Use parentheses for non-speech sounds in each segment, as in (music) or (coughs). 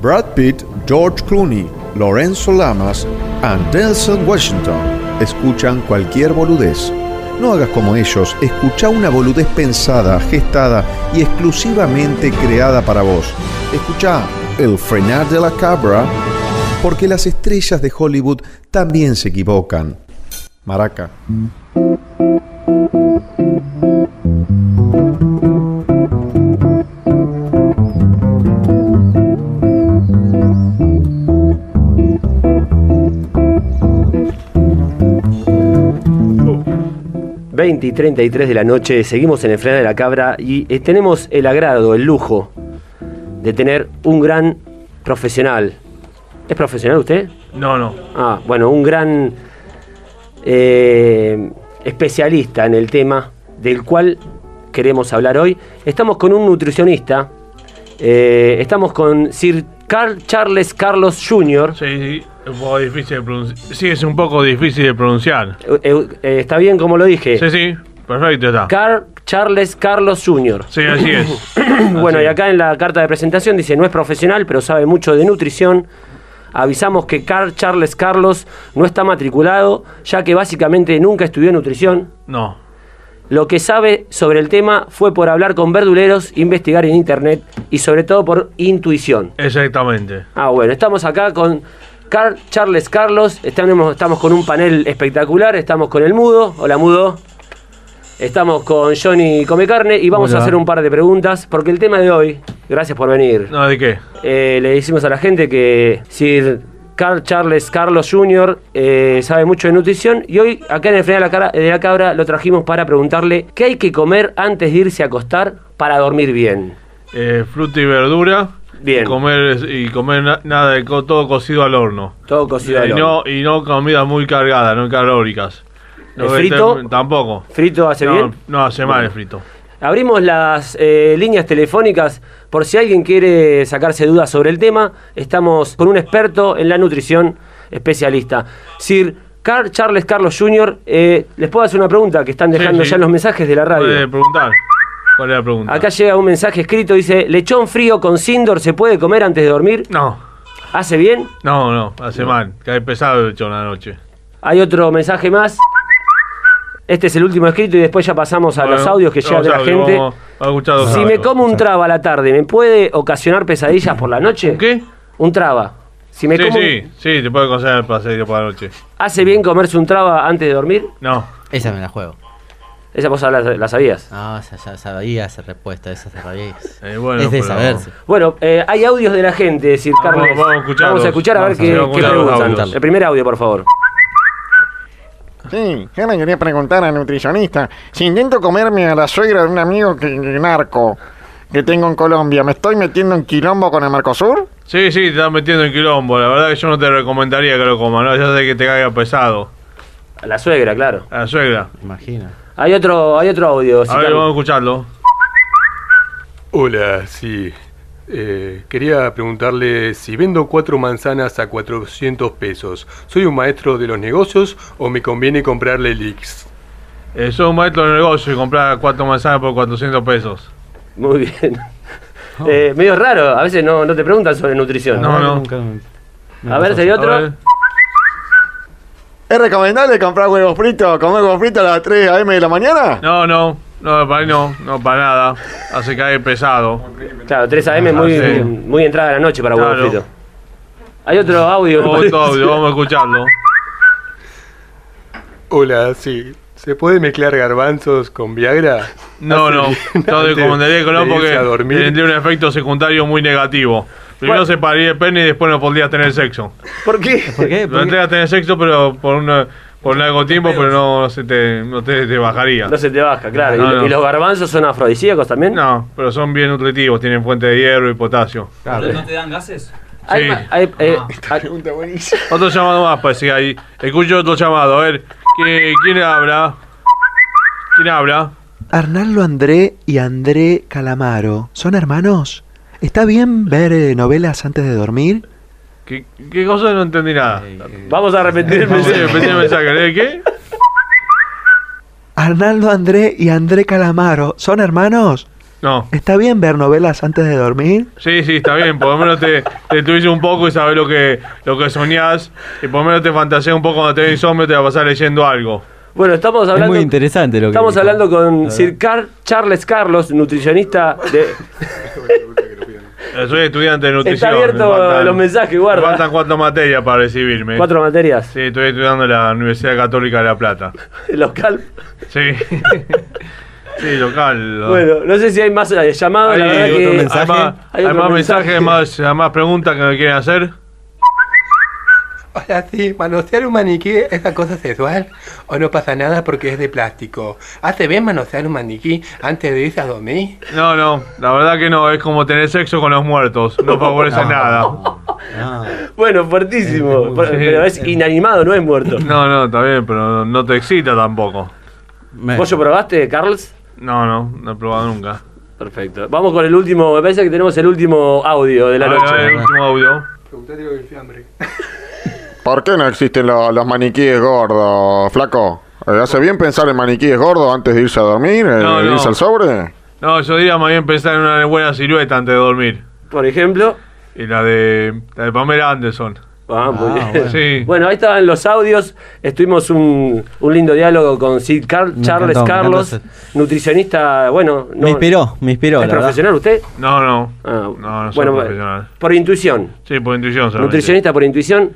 Brad Pitt, George Clooney, Lorenzo Lamas and Denzel Washington escuchan cualquier boludez. No hagas como ellos, escucha una boludez pensada, gestada y exclusivamente creada para vos. Escucha El frenar de la cabra porque las estrellas de Hollywood también se equivocan. Maraca. Veinte y 33 de la noche, seguimos en el freno de la cabra y eh, tenemos el agrado, el lujo de tener un gran profesional. ¿Es profesional usted? No, no. Ah, bueno, un gran eh, especialista en el tema del cual queremos hablar hoy. Estamos con un nutricionista, eh, estamos con Sir Carl Charles Carlos Jr. Sí, sí. Es un poco difícil de pronunciar. Sí, es un poco difícil de pronunciar. Eh, eh, eh, ¿Está bien como lo dije? Sí, sí. Perfecto está. Carl Charles Carlos Jr. Sí, así es. (coughs) Bueno, y Así es. acá en la carta de presentación dice, no es profesional, pero sabe mucho de nutrición. Avisamos que Carl Charles Carlos no está matriculado, ya que básicamente nunca estudió nutrición. No. Lo que sabe sobre el tema fue por hablar con verduleros, investigar en internet y sobre todo por intuición. Exactamente. Ah, bueno, estamos acá con Carl Charles Carlos, estamos, estamos con un panel espectacular, estamos con el Mudo, hola Mudo, estamos con Johnny Come Carne y vamos Hola. a hacer un par de preguntas, porque el tema de hoy, gracias por venir, No, ¿de qué? Eh, le decimos a la gente que Sir Carl Charles Carlos Jr. eh, sabe mucho de nutrición y hoy acá en el Frente de la, Cara- de la Cabra lo trajimos para preguntarle qué hay que comer antes de irse a acostar para dormir bien. Eh, fruta y verdura. Bien. Y comer, y comer na- nada de co- todo cocido al horno. Todo cocido al y, horno. Eh, No, y no comidas muy cargadas, no calóricas. No ¿El que frito? estén- Tampoco. ¿Frito hace no, bien? no, hace mal el frito. Abrimos las eh, líneas telefónicas por si alguien quiere sacarse dudas sobre el tema. Estamos con un experto en la nutrición especialista. Sir Carl Charles Carlos Jr., eh, les puedo hacer una pregunta que están dejando sí. ya en los mensajes de la radio. Puede preguntar. ¿Cuál es la pregunta? Acá llega un mensaje escrito, dice, lechón frío con cindor se puede comer antes de dormir, No. ¿hace bien? No, no, hace mal. Cae pesado el lechón anoche. Hay otro mensaje más. Este es el último escrito y después ya pasamos a los Bueno, audios que llegan los de la audios, gente. vamos a escuchar los Si me audios. como un traba a la tarde, ¿me puede ocasionar pesadillas por la noche? ¿Qué? Un traba. Si me Sí, como un- sí, sí, te puede conseguir el paseo por la noche. ¿Hace bien comerse un traba antes de dormir? No, Esa me la juego. Esa cosa la, la sabías. No, esa ya sabía esa respuesta, esa sabías. Eh, bueno, es de pero- saberse. Bueno, eh, hay audios de la gente, Sir Vamos- Carlos. vamos a escucharlos. Vamos a escuchar a ver Vamos a qué, qué escuchar los preguntan. audios. El primer audio, por favor. Sí, yo le quería preguntar al nutricionista si intento comerme a la suegra de un amigo que, que narco que tengo en Colombia, ¿me estoy metiendo en quilombo con el Mercosur? Sí, sí, te estás metiendo en quilombo. La verdad que yo no te recomendaría que lo comas, ¿no? Ya sé que te caiga pesado. A la suegra, claro. A la suegra. Imagina. Hay otro, hay otro audio, Sir A ver, Carlos. vamos a escucharlo. Hola, sí. Eh, quería preguntarle si vendo cuatro manzanas a 400 pesos. ¿Soy un maestro de los negocios o me conviene comprarle leaks? Eh, sos un maestro de negocio y comprar cuatro manzanas por 400 pesos. Muy bien. Eh, medio raro, a veces no, no te preguntan sobre nutrición. Oh. No, no. a ver, si hay otro. A ver. ¿Es recomendable comprar huevos fritos, comer huevos fritos a las 3 a.m. de la mañana? No, no, no, para ahí no, no, para nada. Hace caer pesado. (laughs) Claro, 3 AM muy, Ah, sí. muy entrada de la noche para huevo Claro. frito. Hay otro audio. me parece. Otro audio, vamos a escucharlo. Hola, sí. ¿Se puede mezclar garbanzos con Viagra? No, Hace no, bien (laughs) no te antes recomendaría que de no irse a porque dormir. tendría un efecto secundario muy negativo. Primero Bueno. se pararía el pene y después no podrías tener sexo. ¿Por qué? ¿Por qué? No ¿Por qué? tendrías tener sexo, pero por, una, por un largo tiempo, pero no, no se te, no te, te bajaría. No se te baja, claro. ¿Y- No, no. ¿Y, los garbanzos son afrodisíacos también? No, pero son bien nutritivos, tienen fuente de hierro y potasio. ¿No te dan gases? Hay Sí. ma- hay- eh, hay- Otro llamado más, parece que hay. Escucho otro llamado, a ver. ¿qué- ¿Quién habla? ¿Quién habla? Arnaldo André y André Calamaro, ¿son hermanos? ¿Está bien ver eh, novelas antes de dormir? ¿Qué, qué cosa? No entendí nada. (laughs) vamos a repetir el Pensé, mensaje. pensé el mensaje, ¿eh? ¿Qué? Arnaldo André y André Calamaro, ¿son hermanos? No. ¿Está bien ver novelas antes de dormir? Sí, sí, está bien. Por lo menos te, te tuviste un poco y sabes lo que, lo que soñás. Y por lo menos te fantaseas un poco cuando tenés insomnio te vas a pasar leyendo algo. Bueno, estamos hablando. muy interesante lo que Estamos dijo. hablando con La Sir Car- Charles Carlos, nutricionista de. Eh, Soy estudiante de nutrición. Está me abierto faltan- los mensajes, me guarda. faltan cuatro materias para recibirme. Cuatro materias. Sí, estoy estudiando en la Universidad Católica de La Plata. Local. (laughs) Sí. sí, local. Bueno, no sé si hay más eh, llamados, la verdad otro que. mensaje. Ah. Hay más, Hay hay otro más mensaje. mensajes, más, hay más preguntas que me quieren hacer. Hola, sí, manosear un maniquí es una cosa sexual o no pasa nada porque es de plástico. ¿Hace bien manosear un maniquí antes de irse a dormir? No, no, la verdad que no, es como tener sexo con los muertos, (laughs) no favorece nada. No. (laughs) Bueno, fuertísimo. Es Pero- muy bueno. Pero es inanimado, no es muerto. No, no, está bien, pero no te excita tampoco. Me- ¿Vos lo probaste, Carlos? No, no, no he probado nunca. Perfecto. Vamos con el último. Me parece que tenemos el último audio de la A ver, noche. a ver, el último audio. Preguntate lo del fiambre. ¿Por qué no existen lo- los maniquíes gordos, flaco? Eh, ¿Hace bien pensar en maniquíes gordos antes de irse a dormir? eh, No, no. ¿Irse al sobre? No, yo diría más bien pensar en una buena silueta antes de dormir. Por ejemplo. Y la de, la de Pamela Anderson. Ah, muy Ah, bien. bueno. Sí. Bueno, ahí estaban los audios. Estuvimos un, un lindo diálogo con Sid Car- Me Charles encantó, me Carlos, encantó nutricionista. Bueno, no- Me inspiró, me inspiró. ¿Es la verdad. profesional usted? No, no. Ah, no, no soy bueno, profesional. por intuición. Sí, por intuición solamente. Nutricionista por intuición.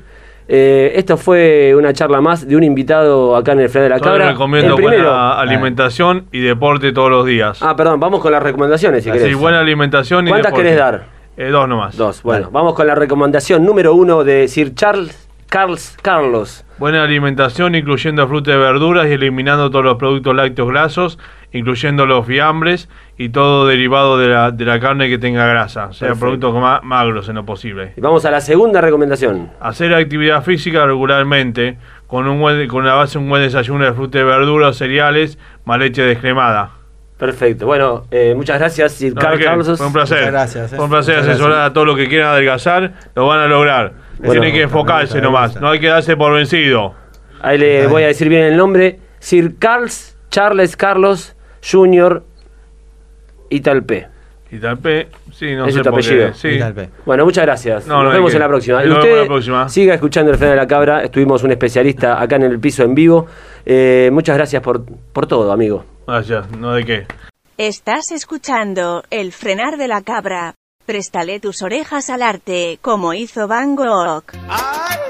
Eh, esto fue una charla más de un invitado acá en el Fred de la Yo Cabra. les el recomiendo primero. buena alimentación y deporte todos los días. Ah, perdón, vamos con las recomendaciones si querés. Ah, sí, buena alimentación y ¿Cuántas deporte. querés dar? Eh, dos nomás. Dos. Bueno, vamos con la recomendación número uno de Sir Charles Carls Carlos. Buena alimentación incluyendo frutas y verduras y eliminando todos los productos lácteos grasos, incluyendo los fiambres y todo derivado de la, de la carne que tenga grasa, o sea, Perfecto. productos ma- magros en lo posible. Y vamos a la segunda recomendación. Hacer actividad física regularmente con un buen, con la base un buen desayuno de frutas y verduras, cereales, más leche descremada. Perfecto. Bueno, eh, muchas gracias, Sir No, Carl ¿qué? Carlos. Fue un placer. Muchas gracias, eh. Fue un placer Muchas asesorar gracias. a todos los que quieran adelgazar, lo van a lograr. Tienen que enfocarse me nomás, gusta. no hay que darse por vencido. Ahí le voy a decir bien el nombre. Sir Carls Charles Carlos Jr. y tal P. Y tal vez, sí, no Ese sé es tu por qué, apellido. sí. Y tal vez. Bueno, muchas gracias. No, no, Nos hay vemos que- en la próxima. nos Y vemos usted la próxima. siga escuchando el Fede de la Cabra. Estuvimos un especialista acá en el piso en vivo. Eh, muchas gracias por, por todo, amigo. Gracias, no de qué. Estás escuchando El frenar de la cabra. Préstale tus orejas al arte, como hizo Van Gogh. I